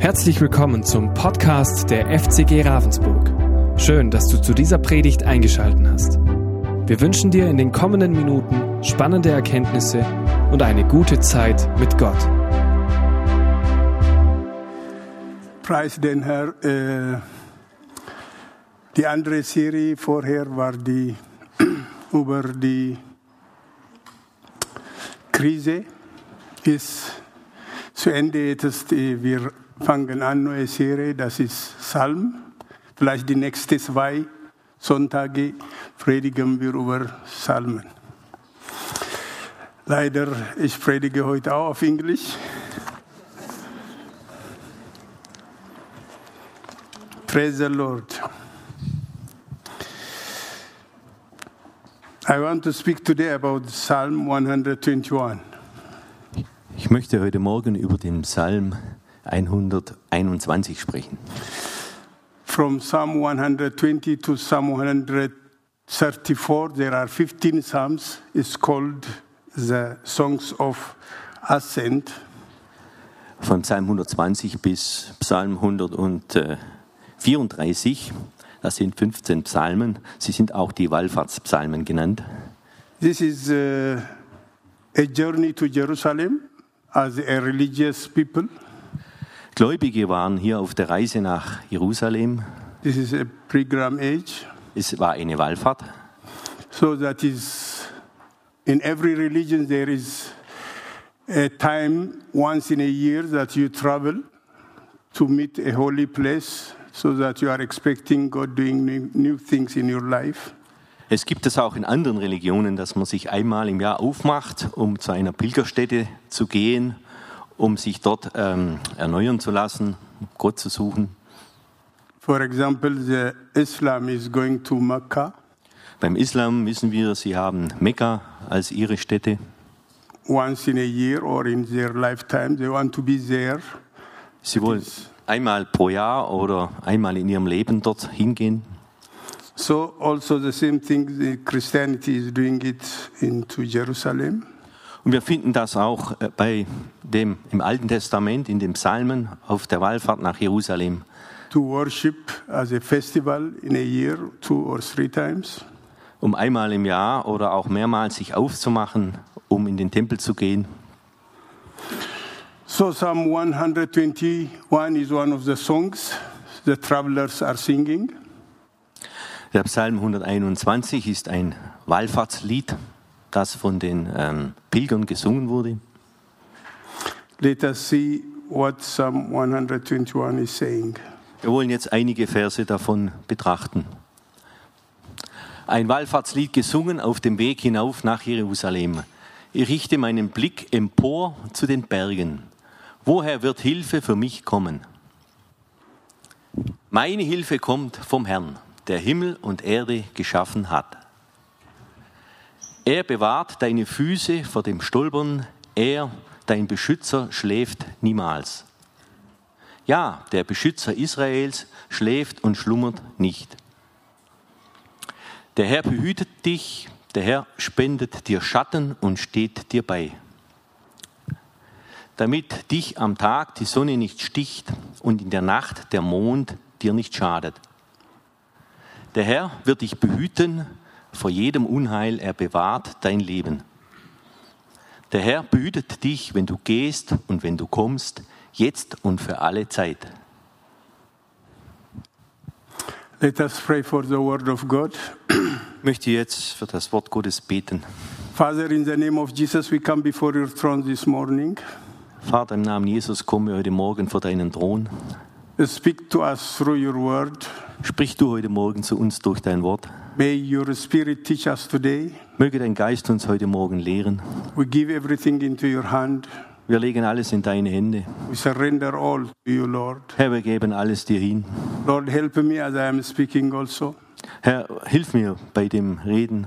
Herzlich willkommen zum Podcast der FCG Ravensburg. Schön, dass du zu dieser Predigt eingeschalten hast. Wir wünschen dir in den kommenden Minuten spannende Erkenntnisse und eine gute Zeit mit Gott. Preis den Herr. Äh, die andere Serie vorher war die über die Krise. Ist zu Ende. Jetzt, äh, wir fangen an neue Serie. Das ist Psalm. Vielleicht die nächsten zwei Sonntage predigen wir über Psalmen. Leider, ich predige heute auch auf Englisch. Praise the Lord. I want to speak today about Psalm 121. Ich möchte heute Morgen über den Psalm 121 sprechen. From Psalm 120 to Psalm 134, there are 15 Psalms. It's called the Songs of Ascent. Von Psalm 120 bis Psalm 134, das sind 15 Psalmen. Sie sind auch die Wallfahrtspsalmen genannt. This is uh, a journey to Jerusalem as a religious people. Gläubige waren hier auf der Reise nach Jerusalem. This is a pilgrim age. Es war eine Wallfahrt. So that is, in every religion, there is a time once in a year that you travel to meet a holy place so that you are expecting God doing new, new things in your life. Es gibt es auch in anderen Religionen, dass man sich einmal im Jahr aufmacht, um zu einer Pilgerstätte zu gehen, um sich dort ähm, erneuern zu lassen, um Gott zu suchen. For example, the Islam is going to Mecca Beim Islam wissen wir, sie haben Mekka als ihre Stätte. once in a year or in their lifetime. They want to be there. Sie wollen einmal pro Jahr oder einmal in ihrem Leben dort hingehen. So also the same thing the Christianity is doing it into Jerusalem. Und wir finden das auch äh, bei dem, im Alten Testament, in den Psalmen, auf der Wallfahrt nach Jerusalem. to worship as a festival in a year, two or three times. Um einmal im Jahr oder auch mehrmals sich aufzumachen, um in den Tempel zu gehen. So Psalm 121 is one of the songs the travelers are singing. Der Psalm 121 ist ein Wallfahrtslied, das von den ähm, Pilgern gesungen wurde. Let us see what Psalm 121 is saying. Wir wollen jetzt einige Verse davon betrachten. Ein Wallfahrtslied gesungen auf dem Weg hinauf nach Jerusalem. Ich richte meinen Blick empor zu den Bergen. Woher wird Hilfe für mich kommen? Meine Hilfe kommt vom Herrn, der Himmel und Erde geschaffen hat. Er bewahrt deine Füße vor dem Stolpern, er, dein Beschützer, schläft niemals. Ja, der Beschützer Israels schläft und schlummert nicht. Der Herr behütet dich, der Herr spendet dir Schatten und steht dir bei. Damit dich am Tag die Sonne nicht sticht und in der Nacht der Mond dir nicht schadet. Der Herr wird dich behüten vor jedem Unheil, er bewahrt dein Leben. Der Herr behütet dich, wenn du gehst und wenn du kommst, jetzt und für alle Zeit. Let us pray for the word of God. Ich möchte jetzt für das Wort Gottes beten. Father, in the name of Jesus, we come before your throne this morning. Vater, im Namen Jesus kommen wir heute Morgen vor deinen Thron. Speak to us through your word. Sprich du heute Morgen zu uns durch dein Wort. May your spirit teach us today. Möge dein Geist uns heute Morgen lehren. We give everything into your hand. Wir legen alles in deine Hände. We surrender all to you, Lord. Herr, wir geben alles dir hin. Lord, help me as I am speaking also, Herr, hilf mir bei dem Reden,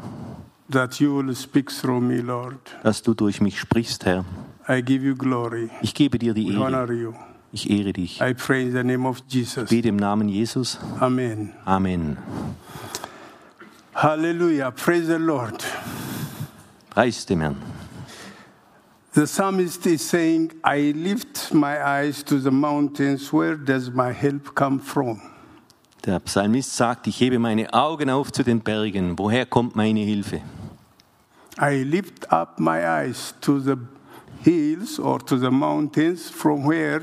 that you will speak through me, Lord. dass du durch mich sprichst, Herr. I give you glory, Ich gebe dir die Ehre. honor you. Ich ehre dich. I pray in the name of Jesus. Bete im Namen Jesus. Amen. Amen. Hallelujah. Praise the Lord. Preis dem Herrn. The psalmist is saying, I lift my eyes to the mountains. Where does my help come from? Der Psalmist sagt, ich hebe meine Augen auf zu den Bergen. Woher kommt meine Hilfe? I lift up my eyes to the hills or to the mountains. From where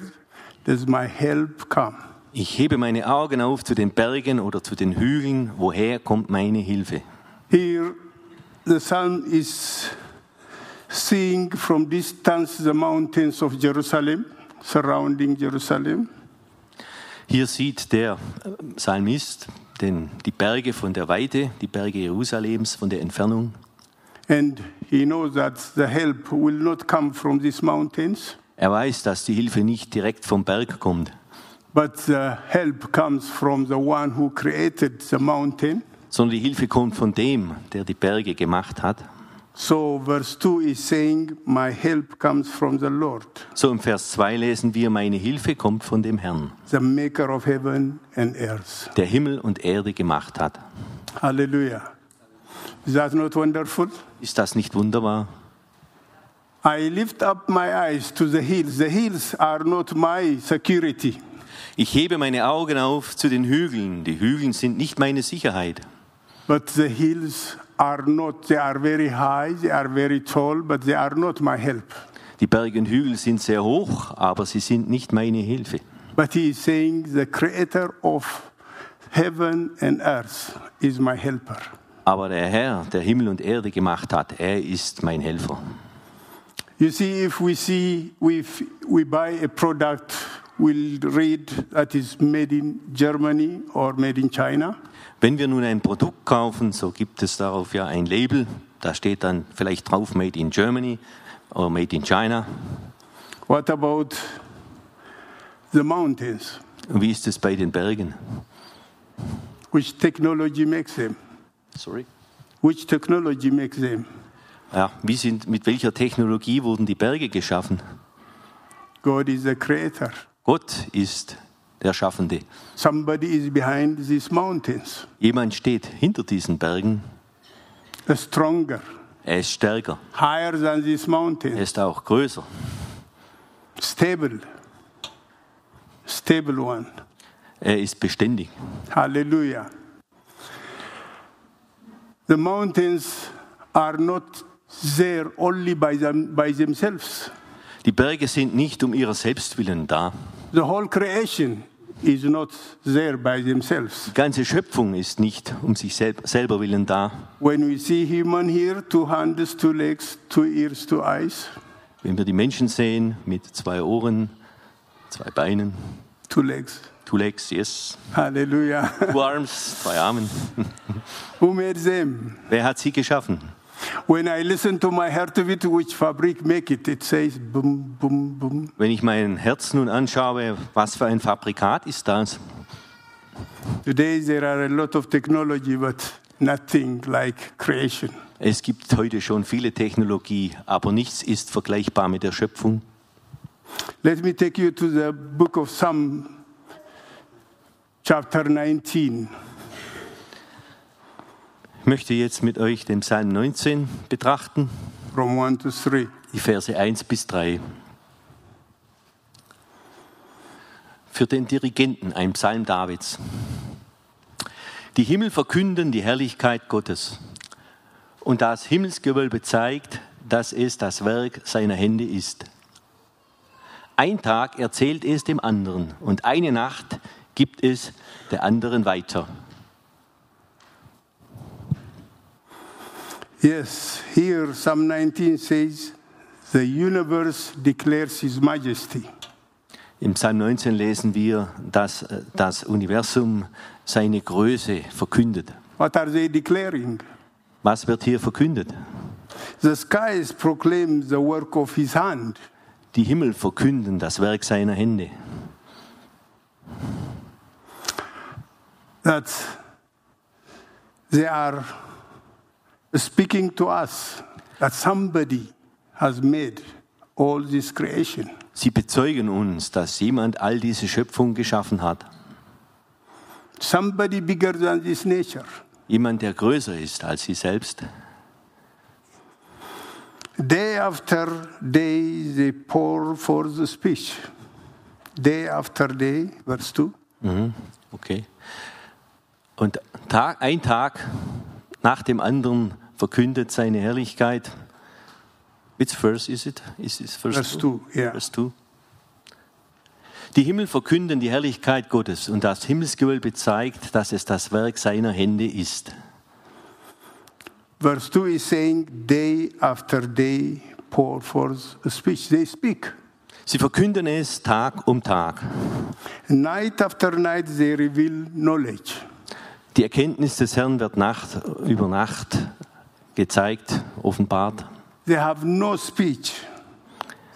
does my help come? Ich hebe meine Augen auf zu den Bergen oder zu den Hügeln. Woher kommt meine Hilfe? Here, the psalm is seeing from distance the mountains of Jerusalem, surrounding Jerusalem. Hier sieht der äh, Psalmist den, die Berge von der Weite, die Berge Jerusalems von der Entfernung. And he knows that the help will not come from these mountains, Er weiß, dass die Hilfe nicht direkt vom Berg kommt, but the help comes from the one who created the mountain. sondern die Hilfe kommt von dem, der die Berge gemacht hat. So, verse 2 is saying, My help comes from the Lord, So im Vers 2 lesen wir, meine Hilfe kommt von dem Herrn, the maker of heaven and earth. der Himmel und Erde gemacht hat. Hallelujah. Is that not wonderful? Ist das nicht wunderbar? I lift up my eyes to the hills. The hills are not my security. Ich hebe meine Augen auf zu den Hügeln. Die Hügeln sind nicht meine Sicherheit. But the hills are not, they are very high, they are very tall, but they are not my help. Die Berge und Hügel sind sehr hoch, aber sie sind nicht meine Hilfe. But he is saying, the creator of heaven and earth is my helper. Aber der Herr, der Himmel und Erde gemacht hat, er ist mein Helfer. You see, if we see, if we buy a product, we'll read that is made in Germany or made in China. Wenn wir nun ein Produkt kaufen, so gibt es darauf ja ein Label. Da steht dann vielleicht drauf Made in Germany oder Made in China. What about the mountains? Und wie ist es bei den Bergen? Which technology makes them? Sorry. Which technology makes them? Ja, wie sind, mit welcher Technologie wurden die Berge geschaffen? God is the creator. Gott ist der Schaffende. Somebody is behind these mountains, Jemand steht hinter diesen Bergen. stronger, Er ist stärker. higher than these Er mountains, ist auch größer. stable, stable one. Er ist beständig. Hallelujah. The mountains are not there only by, them, by themselves. Die Berge sind nicht um ihrer selbst willen da. The whole creation is not there by themselves. Die ganze Schöpfung ist nicht um sich selb selber willen da. When we see human here, two hands, two legs, two ears, two eyes, Wenn wir die Menschen sehen mit zwei Ohren, zwei Beinen, two legs. two legs, yes, Hallelujah. two arms, zwei Armen. Who made them? Wer hat sie geschaffen? When I listen to my heartbeat, which fabric make it? It says boom, boom, boom. Wenn ich mein Herz nun anschaue, was für ein Fabrikat ist das? Today there are a lot of technology, but nothing like creation. Es gibt heute schon viele Technologie, aber nichts ist vergleichbar mit der Schöpfung. Let me take you to the book of Psalm, chapter 19. Ich möchte jetzt mit euch den Psalm 19 betrachten, from 1 to 3. die Verse 1 bis 3. Für den Dirigenten, ein Psalm Davids. Die Himmel verkünden die Herrlichkeit Gottes und das Himmelsgewölbe zeigt, dass es das Werk seiner Hände ist. Ein Tag erzählt es dem anderen und eine Nacht gibt es der anderen weiter. Yes, here Psalm 19 says, The universe declares his majesty. Im Psalm 19 lesen wir, dass äh, das Universum seine Größe verkündet. What are they declaring? Was wird hier verkündet? The skies proclaim the work of his hand. Die Himmel verkünden das Werk seiner Hände. That they are speaking to us that somebody has made all this creation. Sie bezeugen uns, dass jemand all diese Schöpfung geschaffen hat. Somebody bigger than this nature. Jemand, der größer ist als sie selbst. Day after day, they pour forth the speech. Day after day, verse 2. Mhm, okay. Und Tag, ein Tag nach dem anderen verkündet seine Herrlichkeit. Which verse is it? Is it verse, Verse two? two, yeah. Verse two. Die Himmel verkünden die Herrlichkeit Gottes und das Himmelsgewölbe zeigt, dass es das Werk seiner Hände ist. Verse 2 is saying, Day after day, pour forth the speech. They speak. Sie verkünden es Tag um Tag. Night after night, they reveal knowledge. Die Erkenntnis des Herrn wird Nacht über Nacht gezeigt, offenbart. They have no speech.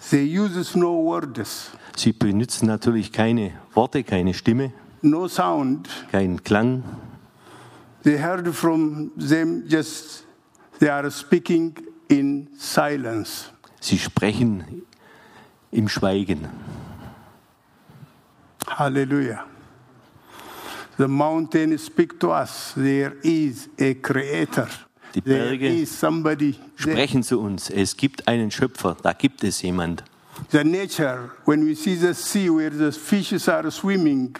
They uses no words, Sie benutzen natürlich keine Worte, keine Stimme, no sound. keinen Klang. They heard from them just they are speaking in silence. Sie sprechen im Schweigen. Hallelujah. The mountain speak to us. There is a creator. Die There Berge is somebody. there. Sprechen zu uns. Es gibt einen Schöpfer, da gibt es jemand. The nature, when we see the sea where the fishes are swimming,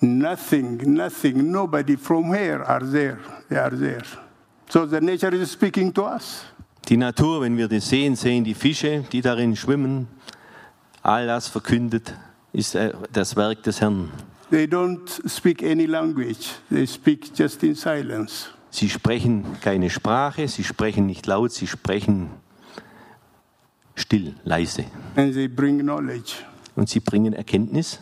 nothing, nothing, nobody from here are there. They are there. So the nature is speaking to us. Die Natur, wenn wir das sehen, sehen die Fische, die darin schwimmen. All das verkündet, ist äh, das Werk des Herrn. They don't speak any language, they speak just in silence. Sie sprechen keine Sprache, sie sprechen nicht laut, sie sprechen still, leise. And they bring knowledge. Und sie bringen Erkenntnis.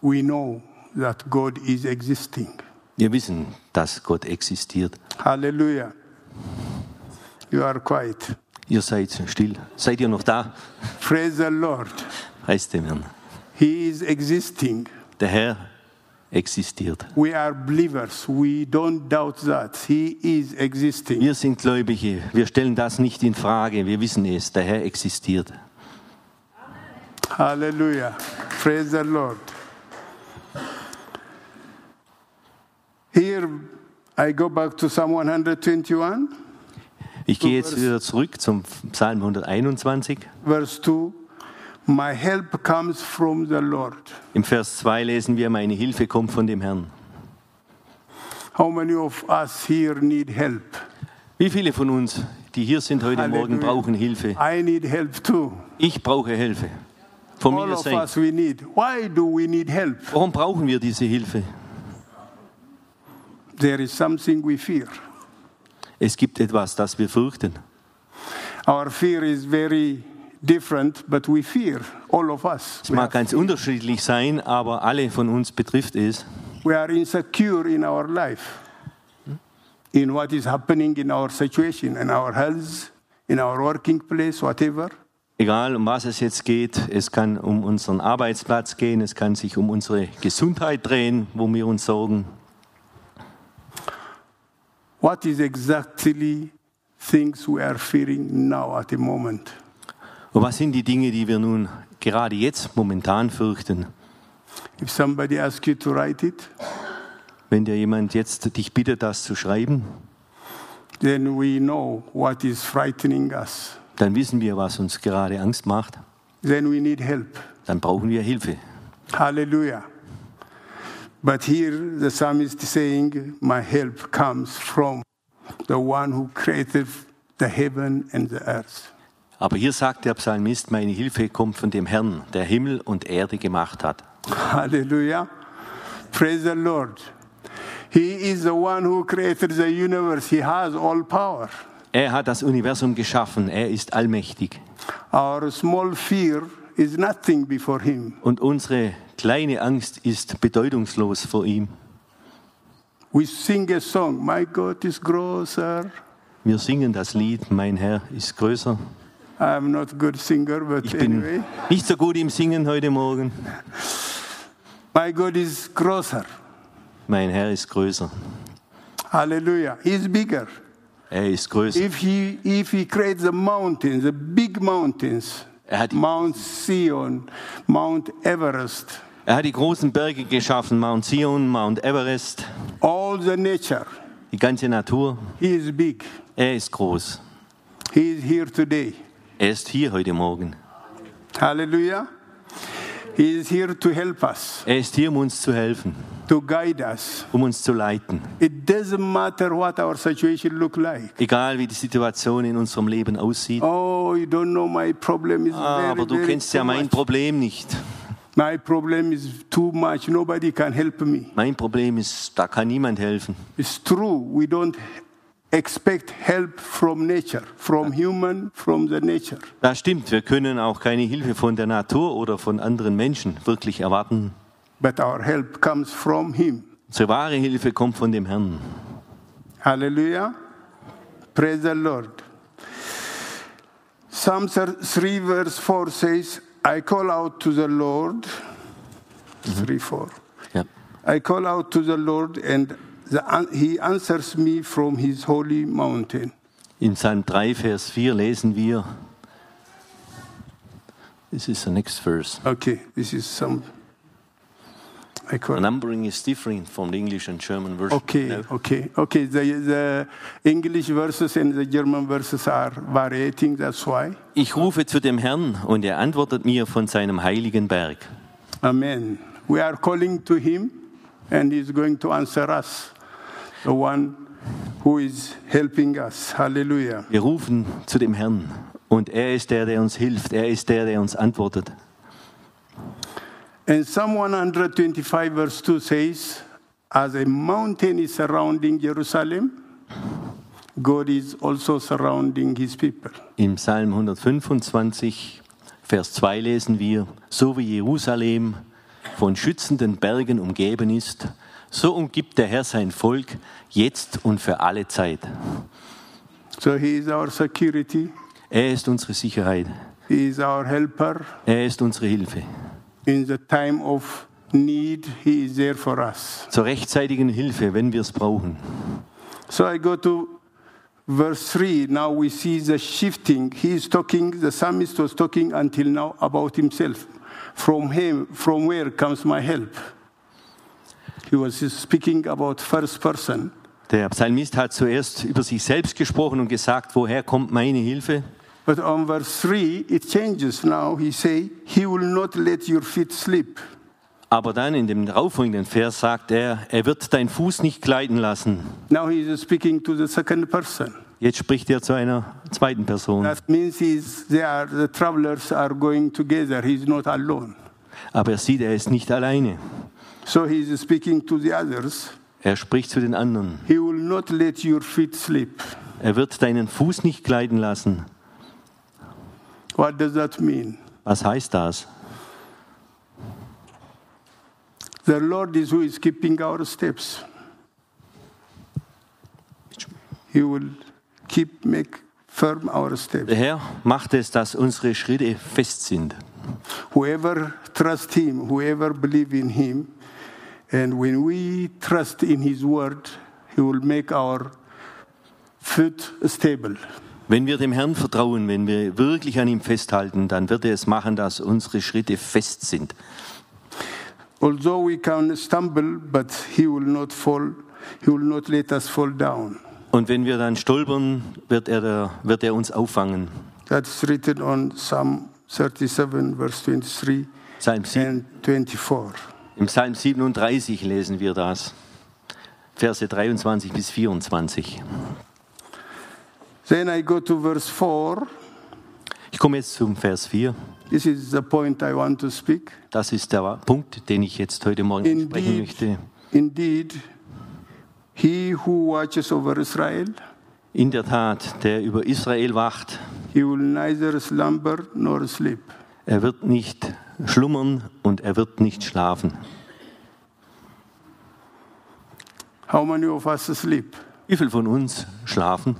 We know that God is existing. Wir wissen, dass Gott existiert. Hallelujah. You are quiet. Ihr seid still. Seid ihr noch da? Praise the Lord. Preist dem Herrn. He is existing. Der Herr existiert. We are believers. We don't doubt that. He is existing. Wir sind Gläubige. Wir stellen das nicht in Frage. Wir wissen es. Der Herr existiert. Hallelujah. Praise the Lord. Here, I go back to Psalm 121, Ich gehe jetzt wieder zurück zum Psalm 121. verse 2. My help comes from the Lord. Im Vers 2 lesen wir, meine Hilfe kommt von dem Herrn. How many of us here need help? Wie viele von uns, die hier sind heute Morgen, Halleluja. brauchen Hilfe? I need help too. Ich brauche Hilfe. Von All mir of sein. us, we need. Why do we need help? Warum brauchen wir diese Hilfe? There is something we fear. Es gibt etwas, das wir fürchten. Our fear is very different, but we fear, all of us. Es mag ganz unterschiedlich sein, aber alle von uns betrifft es. We are insecure in our life, in what is happening in our situation, in our health, in our working place, whatever. Egal, um was es jetzt geht, es kann um unseren Arbeitsplatz gehen, es kann sich um unsere Gesundheit drehen, wo wir uns sorgen. What is exactly things we are fearing now at the moment? Und was sind die Dinge, die wir nun gerade jetzt momentan fürchten? If somebody asks you to write it, Wenn dir jemand jetzt dich bittet, das zu schreiben, then we know what is frightening us. dann wissen wir, was uns gerade Angst macht. Then we need help. Dann brauchen wir Hilfe. Hallelujah. But here the psalmist is saying, My help comes from the one who created the heaven and the earth. Aber hier sagt der Psalmist, meine Hilfe kommt von dem Herrn, der Himmel und Erde gemacht hat. Hallelujah. Praise the Lord. He is the one who created the universe. He has all power. Er hat das Universum geschaffen, er ist allmächtig. Our small fear is nothing before him. Und unsere kleine Angst ist bedeutungslos vor ihm. We sing a song, My God is grosser. Wir singen das Lied, mein Herr ist größer. I'm not a good singer, but Ich bin anyway, nicht so gut im Singen heute Morgen. My God is grosser. Mein Herr ist größer. Hallelujah. He's bigger. Er ist größer. If he, if he creates the mountains, the big mountains, Er hat, Mount Zion, Mount Everest, er hat die großen Berge geschaffen, Mount Zion, Mount Everest, all the nature, die ganze Natur. he is big. Er ist groß. He is here today. Er ist hier heute Morgen. Hallelujah. He is here to help us, Er ist hier, um uns zu helfen, to guide us. um uns zu leiten. It doesn't matter what our situation look like. Egal wie die Situation in unserem Leben aussieht. Ah, Oh, you don't know my problem is very, Aber du very kennst ja too mein much. Problem nicht. My problem is too much. Nobody can help me. Mein Problem ist, da kann niemand helfen. It's true. We don't expect help from nature, from human, from the nature. Das stimmt, wir können auch keine Hilfe von der Natur oder von anderen Menschen wirklich erwarten. But our help comes from Him. Unsere wahre Hilfe kommt von dem Herrn. Hallelujah. Praise the Lord. Psalm 3, verse 4 says, I call out to the Lord. 3 4. Ja. I call out to the Lord, and the, He answers me from His holy mountain. In Psalm 3, Vers 4 lesen wir, this is the next verse. Okay, this is some. I The call. numbering is different from the English and German version. Okay, No. okay, okay. The, the English verses and the German verses are variating. That's why. Ich rufe zu dem Herrn und er antwortet mir von seinem heiligen Berg. Amen. We are calling to Him, and He's going to answer us, the one who is helping us. Hallelujah. Wir rufen zu dem Herrn und er ist der, der uns hilft. Er ist der, der uns antwortet. And Psalm 125, verse 2 says, As a mountain is surrounding Jerusalem, God is also surrounding his people. Im Psalm 125, Vers 2 lesen wir, so wie Jerusalem von schützenden Bergen umgeben ist, so umgibt der Herr sein Volk jetzt und für alle Zeit. So he is our security, Er ist unsere Sicherheit, he is our helper. er ist unsere Hilfe. In the time of need, he is there for us. Zur rechtzeitigen Hilfe, wenn wir es brauchen. So I go to verse 3. Now we see the shifting. He is talking, the psalmist was talking until now about himself. From him, from where comes my help? He was speaking about first person. Der Psalmist hat zuerst über sich selbst gesprochen und gesagt, woher kommt meine Hilfe? But on verse 3, it changes now. He say, He will not let your feet slip. Aber dann in dem darauffolgenden Vers sagt er, er wird deinen Fuß nicht gleiten lassen. Now he is speaking to the second person. Jetzt spricht er zu einer zweiten Person. That means he is, they are, the travelers are going together. He is not alone. Aber er sieht, er ist nicht alleine. So he is speaking to the others. Er spricht zu den anderen. He will not let your feet slip. Er wird deinen Fuß nicht gleiten lassen. What does that mean? Was heißt das? The Lord is who is keeping our steps. He will keep, make firm our steps. Der Herr macht es, dass unsere Schritte fest sind. whoever trusts him whoever believe in him and when we trust in his word he will make our foot stable Wenn wir dem Herrn vertrauen, wenn wir wirklich an ihm festhalten, dann wird er es machen, dass unsere Schritte fest sind. although we can stumble but he will not fall he will not let us fall down Und wenn wir dann stolpern, wird er, da- wird er uns auffangen. that's written on psalm 37 verse 23 Psalm 7, and 24 Im Psalm 37 lesen wir das. Verse 23 bis 24. then i go to verse 4 Ich komme jetzt zum Vers 4. this is the point i want to speak Das ist der Punkt, den ich jetzt heute Morgen ansprechen möchte. Indeed, indeed, he who watches over Israel, In der Tat, der über Israel wacht, he will neither slumber nor sleep. er wird nicht schlummern und er wird nicht schlafen. How many of us sleep? Wie viel von uns schlafen?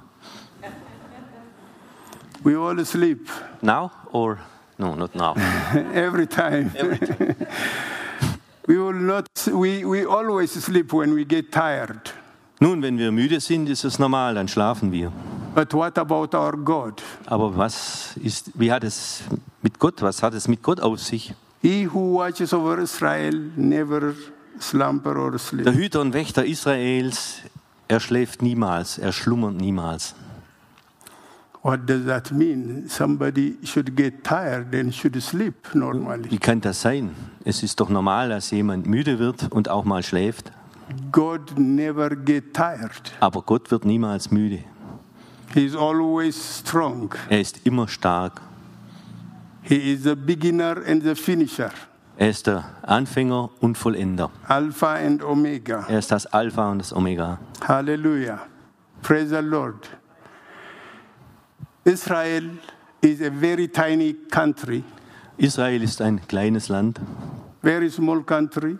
We all sleep Now or no, not now. every time. we will not. We, we always sleep when we get tired. Nun, wenn wir müde sind, ist es normal, dann schlafen wir. But what about our God? Aber was ist, wie hat es mit Gott, was hat es mit Gott auf sich? He who watches over Israel never slumber or Der sleep. Hüter und Wächter Israels, er schläft niemals, er schlummert niemals. What does that mean? Somebody should get tired and should sleep normally. Wie kann das sein? Es ist doch normal, dass jemand müde wird und auch mal schläft. God never get tired. Aber Gott wird niemals müde. He's always strong. Er ist immer stark. He is the beginner and the finisher, Er ist der Anfänger und Vollender. Alpha and Omega. Er ist das Alpha und das Omega. Hallelujah. Praise the Lord. Israel is a very tiny country, Israel ist ein kleines Land. very small country.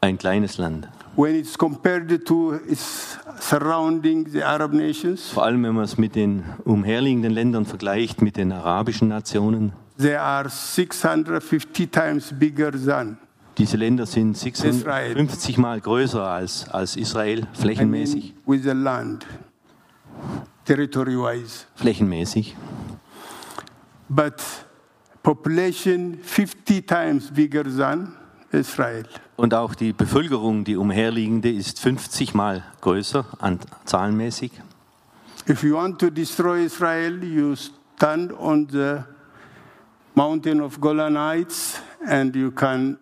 Ein kleines Land. When it's compared to its surrounding the Arab nations, Vor allem, wenn man es mit den umherliegenden Ländern vergleicht, mit den arabischen Nationen. they are 650 times bigger than. Diese Länder sind Israel. 650 Mal größer als, als Israel, I mean, flächenmäßig. with the land, territory wise. Flächenmäßig. But population 50 times bigger than Israel. Und auch die Bevölkerung, die umherliegende, ist 50 Mal größer an, zahlenmäßig. If you want to destroy Israel, you stand on the mountain of Golanites and you can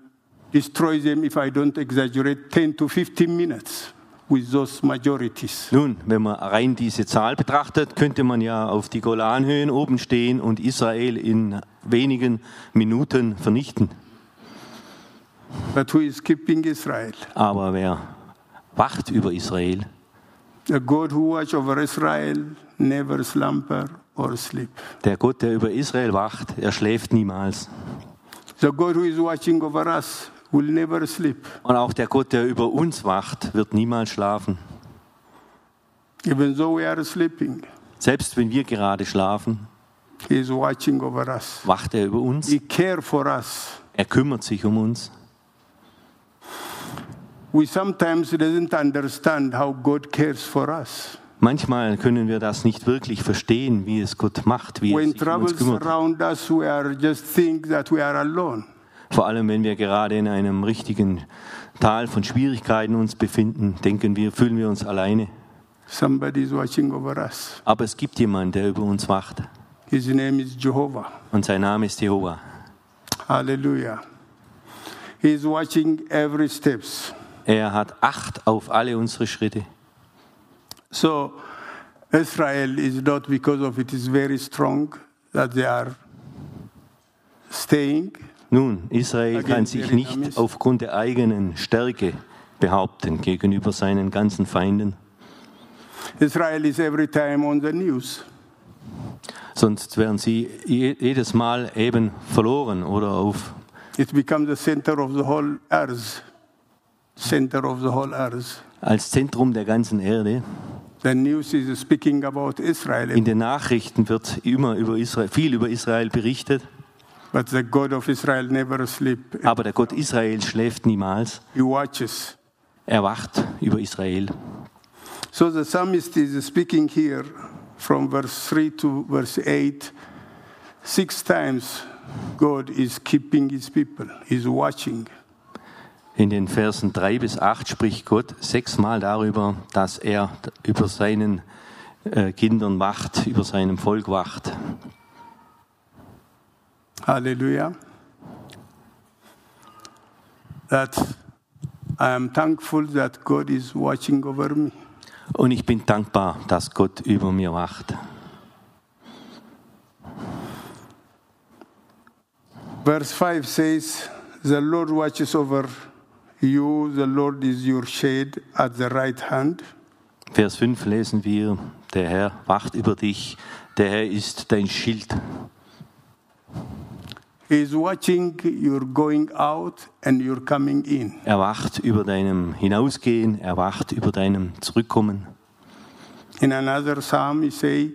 destroy them, if I don't exaggerate, 10 to 15 minutes with those majorities. Nun, wenn man rein diese Zahl betrachtet, könnte man ja auf die Golanhöhen oben stehen und Israel in wenigen Minuten vernichten. But who is keeping Israel? Aber wer wacht über Israel? The God who watches over Israel never slumber or sleep. Der Gott, der über Israel wacht, er schläft niemals. The God who is watching over us will never sleep. Und auch der Gott, der über uns wacht, wird niemals schlafen. Even though we are sleeping, Selbst wenn wir gerade schlafen, He is watching over us. wacht er über uns. He cares for us. Er kümmert sich um uns. We sometimes doesn't understand how God cares for us. Manchmal können wir das nicht wirklich verstehen, wie es Gott macht, wie er When sich um uns troubles kümmert. surround us, we are just think that we are alone. Vor allem, wenn wir gerade in einem richtigen Tal von Schwierigkeiten uns befinden, denken wir, fühlen wir uns alleine. Somebody is watching over us. Aber es gibt jemanden, der über uns wacht. His name is Jehovah. Und sein Name ist Jehova. Hallelujah. He is watching every steps. Er hat Acht auf alle unsere Schritte. So Israel is not because of it is very strong that they are staying. Nun, Israel Again, kann sich very nicht dynamisch. aufgrund der eigenen Stärke behaupten gegenüber seinen ganzen Feinden. Israel is every time on the news. Sonst wären sie je- jedes Mal eben verloren oder auf It becomes the center of the whole earth. Center of the whole earth. als Zentrum der ganzen Erde. The news is speaking about Israel, In den Nachrichten wird immer über Israel, viel über Israel berichtet, but the God of Israel never sleeps. aber der Gott Israel schläft niemals. He watches. Er wacht über Israel. So the psalmist is speaking here from verse 3 to verse 8. Six times God is keeping his people, he's watching. In den Versen 3 bis 8 spricht Gott sechsmal darüber, dass er über seinen äh, Kindern wacht, über seinem Volk wacht. Hallelujah. That I am thankful that God is watching over me. Und ich bin dankbar, dass Gott über mir wacht. Verse 5 says, The Lord watches over you, the Lord is your shade at the right hand. Vers 5 lesen wir, der Herr wacht über dich, der Herr ist dein Schild. He is watching your going out and your coming in. Er wacht über deinem Hinausgehen, er wacht über deinem Zurückkommen. In another psalm, he say,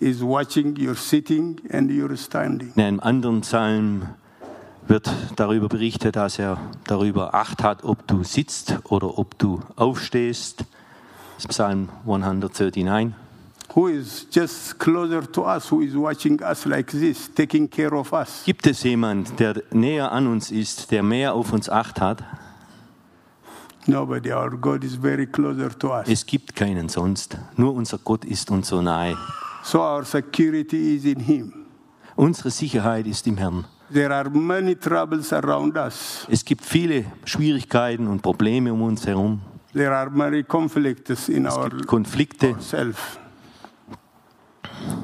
He is watching your sitting and your standing. In einem anderen Psalm wird darüber berichtet, dass er darüber Acht hat, ob du sitzt oder ob du aufstehst. Das ist Psalm 139. Who is just closer to us, who is watching us like this, taking care of us. Gibt es jemand, der näher an uns ist, der mehr auf uns Acht hat? Nobody, our God is very closer to us. Es gibt keinen sonst. Nur unser Gott ist uns so nahe. So our security is in Him. Unsere Sicherheit ist im Herrn. There are many troubles around us. Es gibt viele Schwierigkeiten und Probleme um uns herum. There are many conflicts in Es our gibt Konflikte, self.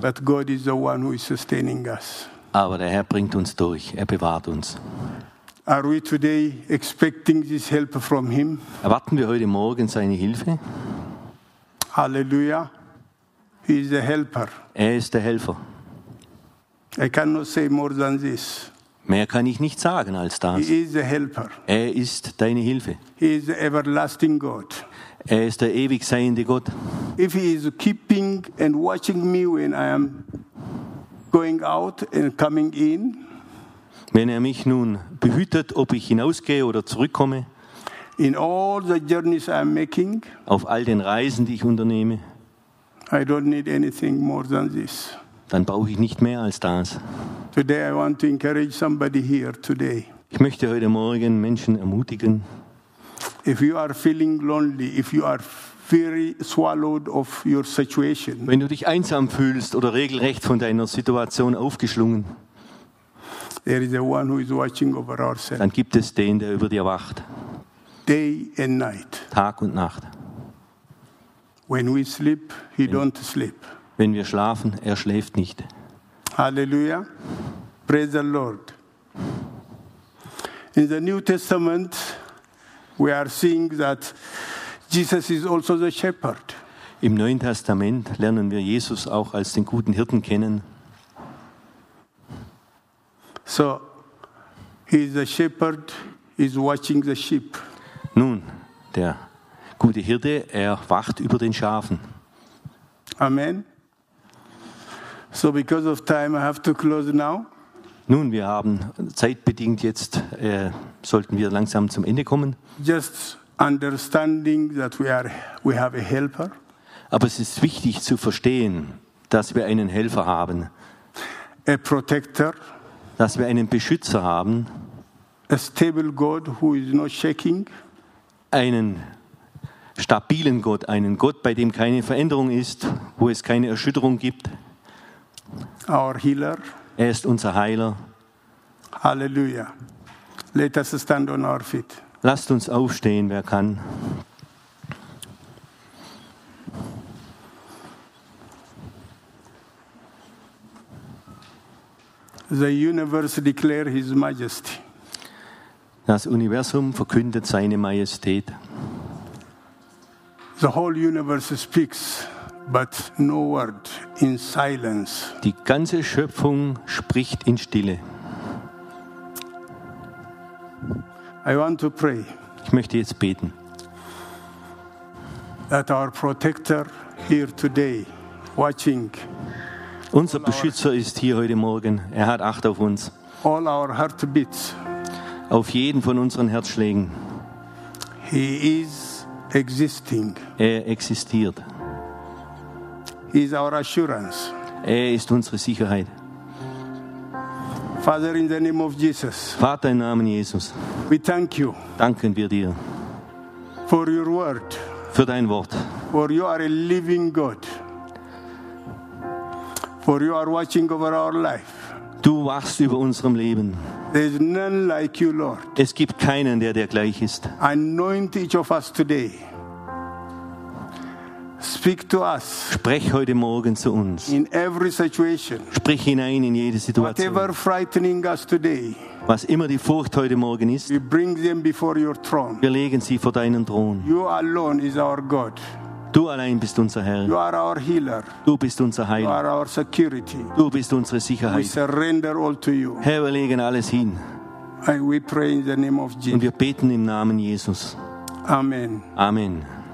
But God is the one who is sustaining us. aber der Herr bringt uns durch. Er bewahrt uns. Are we today expecting this help from Him? Erwarten wir heute Morgen seine Hilfe? Hallelujah. He is a helper. Er ist der Helfer. I cannot say more than this. Mehr kann ich nicht sagen als das. He is a helper. Er ist deine Hilfe. He is the everlasting God. Er ist der ewig seiende Gott. If He is keeping and watching me when I am going out and coming in, Wenn er mich nun behütet, ob ich hinausgehe oder zurückkomme, in all the journeys I am making, auf all den Reisen, die ich unternehme, I don't need anything more than this. dann brauche ich nicht mehr als das. Today, I want to encourage somebody here today. Ich möchte heute Morgen Menschen ermutigen, If you are feeling lonely, if you are very swallowed of your situation, wenn du dich einsam fühlst oder regelrecht von deiner Situation aufgeschlungen, there is a one who is watching over ourselves dann gibt es den, der über dir wacht, day and night. Tag und Nacht. When we sleep, he don't sleep. Wenn wir schlafen, er schläft nicht. Hallelujah. Praise the Lord. In the New Testament, we are seeing that Jesus is also the shepherd. Im Neuen Testament lernen wir Jesus auch als den guten Hirten kennen. So he is the shepherd, is watching the sheep. Nun, der gute Hirte, er wacht über den Schafen. Amen. So because of time, I have to close now. Nun, wir haben zeitbedingt jetzt, äh, sollten wir langsam zum Ende kommen. Just understanding that we are we have a helper. Aber es ist wichtig zu verstehen, dass wir einen Helfer haben, a protector, dass wir einen Beschützer haben, a stable God who is not shaking, einen stabilen Gott, einen Gott, bei dem keine Veränderung ist, wo es keine Erschütterung gibt. our healer. Er ist unser Heiler. Hallelujah. Let us stand on our feet. Lasst uns aufstehen, wer kann. The universe declare his majesty. Das Universum verkündet seine Majestät. The whole universe speaks, but no word in silence. Die ganze Schöpfung spricht in Stille. I want to pray Ich möchte jetzt beten, that our protector here today, watching Unser Beschützer ist hier heute Morgen. Er hat Acht auf uns, all our heartbeats, auf jeden von unseren Herzschlägen. he is existing. Er existiert. He is our assurance. Er ist unsere Sicherheit. Father, in the name of Jesus, Vater im Namen Jesus, we thank you. danken wir dir for your word, für dein Wort, for you are a living God, for you are watching over our life. Du wachst über unserem Leben. There is none like you, Lord. Es gibt keinen, der dir gleich ist. Anoint each of us today. Speak to us Sprech heute Morgen zu uns. in every situation. Sprich hinein in jede Situation. Whatever frightening us today, Was immer die Furcht heute Morgen ist, we bring them before your throne. wir legen sie vor deinen Thron. You alone is our God. Du allein bist unser You Herr. are our healer. Du bist unser You Heiler. are our security. Du bist unsere We Sicherheit. surrender all to you. Herr, wir legen alles hin. And we pray in the name of Und Jesus. wir beten im Namen Jesus. Amen. Amen.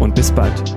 und bis bald.